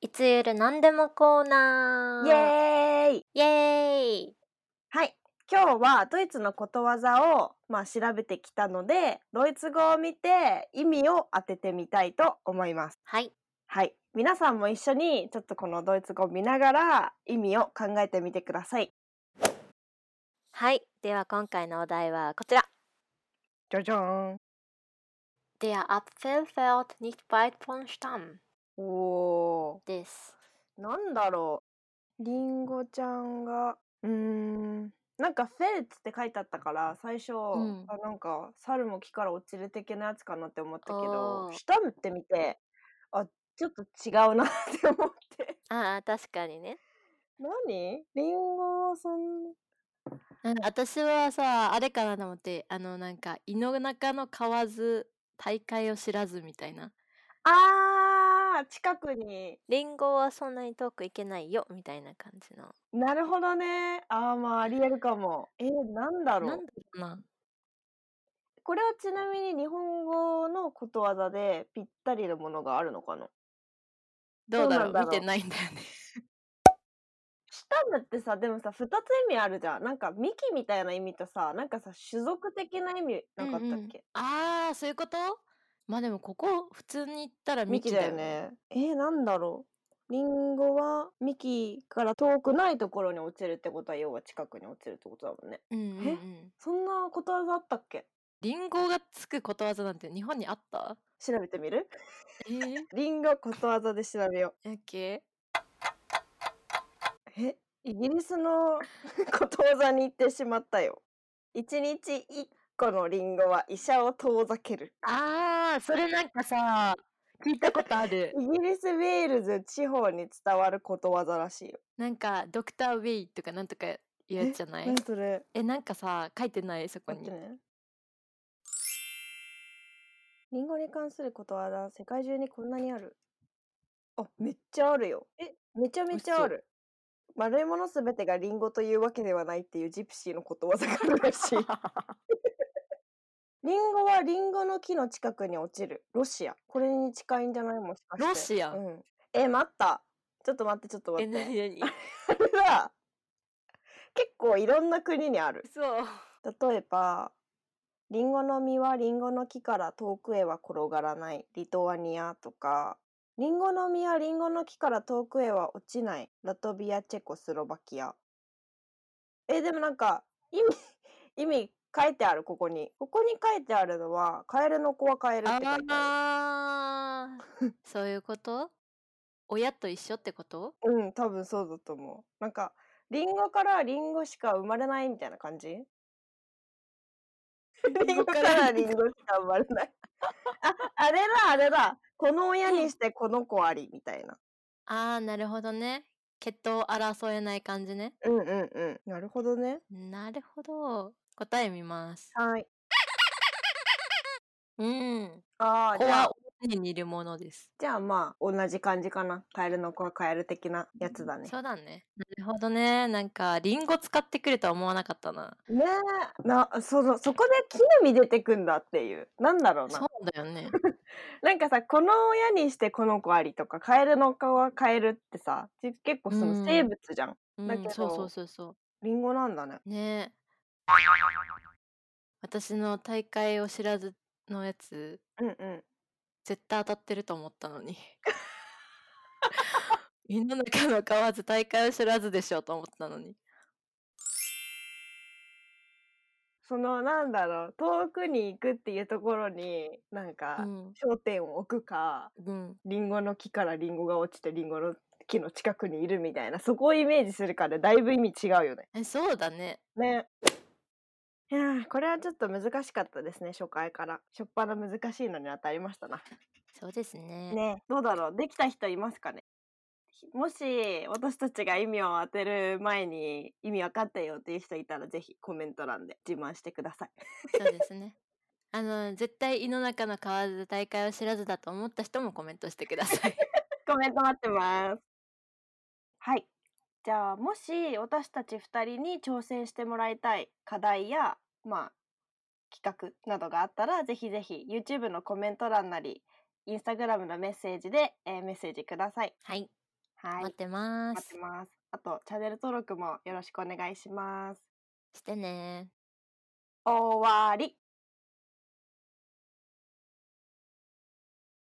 いつゆるなんでもコーナーイエーイイエーイはい今日はドイツのことわざを、まあ、調べてきたのでドイツ語を見て意味を当ててみたいと思います。はい。はい皆さんも一緒にちょっとこのドイツ語を見ながら意味を考えてみてください。はい。では今回のお題はこちら。じゃじゃーん Der Apfel fällt nicht weit vom Stamm おです。ーなんだろうりんごちゃんがうーんなんか「フェルツ」って書いてあったから最初、んあなんか猿も木から落ちる的なやつかなって思ったけおどー下打ってみてあちょっと違うなって思って ああ、確かにね。何りんごはそんななんか私はさあれかなと思ってあのなんか「井の中の河津大会を知らず」みたいなあー近くにリンゴはそんなに遠く行けないよ、みたいな感じの。なるほどねあーまあありえるかもえー、なんだろなうんだろうなこれはちなみに日本語のことわざでぴったりのものがあるのかなどうだろうどうなんだろう見てないんだよねシタムってさでもさ2つ意味あるじゃんなんかミキみたいな意味とさなんかさ種族的な意味なかったっけ、うんうんあーそういうことまあでもここ普通に言ったらミミキキだだよよねねえー、なんだろうリンゴはミキから遠くないところに落ちるってことは要は近くに落ちるってことだもんねうんうんうんそんなことわざあったっけりんごがつくことわざなんて日本にあった調べてみるえー、リンゴことわざで調べよオッケうえイギリスの ことわざに行ってしまったよ一日一個のリンゴは医者を遠ざけるーあーそれなんかさ聞いたことあるイギリス・ウェールズ地方に伝わることわざらしいよ。なんか「ドクター・ウェイ」とかなんとか言うやつじゃない何それえなんかさ書いてないそこ待にってね。リンゴに関することわざ、世界中にこんなにある。あ、めっちゃあるよ。え、めちゃめちゃある。丸いものすべてがリンゴというわけではないっていうジプシーのことわざがある らしい。リンゴはリンゴの木の近くに落ちる。ロシア。これに近いんじゃないもしかして。ロシアうん。え、待った。ちょっと待って、ちょっと待 えって。なになにこれは 結構いろんな国にあるそう例えばリンゴの実はリンゴの木から遠くへは転がらないリトアニアとかリンゴの実はリンゴの木から遠くへは落ちないラトビアチェコスロバキアえでもなんか意味意味書いてあるここにここに書いてあるのはカエルの子はカエルって書いてあるあーそういうこと親と一緒ってことうん多分そうだと思うなんかリンゴからリンゴしか生まれないみたいな感じ リンゴからリンゴしか生まれない ああれだあれだこの親にしてこの子ありみたいなああなるほどね血統を争えない感じねうんうんうんなるほどねなるほど答え見ますはいうんああ子じゃあは親に似るものですじゃあまあ同じ感じかなカエルの子はカエル的なやつだねそうだねなるほどねなんかリンゴ使ってくるとは思わなかったなねえなそのそこで木の実出てくんだっていうなんだろうなそうだよねなんかさこの親にしてこの子ありとかカエルの子はカエルってさじ結構そのうん生物じゃん、う だけんどそうそうそうそリンゴなんだねうね私の大会を知らずのやつうんうん絶対当たってると思ったの に井の中の河津大会を知らずでしょうと思ったのにそのなんだろう遠くに行くっていうところになんうかん、焦点を置くか、うん、リンゴの木からリンゴが落ちてリンゴの木の近くにいるみたいなそこをイメージするかでだいぶ意味違うよねえそうだねねいやーこれはちょっと難しかったですね初回から初っ端難しいのに当たりましたなそうですねねどうだろうできた人いますかねひもし私たちが意味を当てる前に意味分かったよっていう人いたらぜひコメント欄で自慢してください。 そうですねあの絶対井の中の河津大会を知らずだと思った人もコメントしてくださいコメント待ってます。はい。じゃあもし私たち2人に挑戦してもらいたい課題や、まあ、企画などがあったらぜひぜひ YouTube のコメント欄なり Instagram のメッセージで、えーメッセージください。はいはい。待ってま待っすて。ます。あと、チャンネル登録もよろしくお願いします。してね終わり。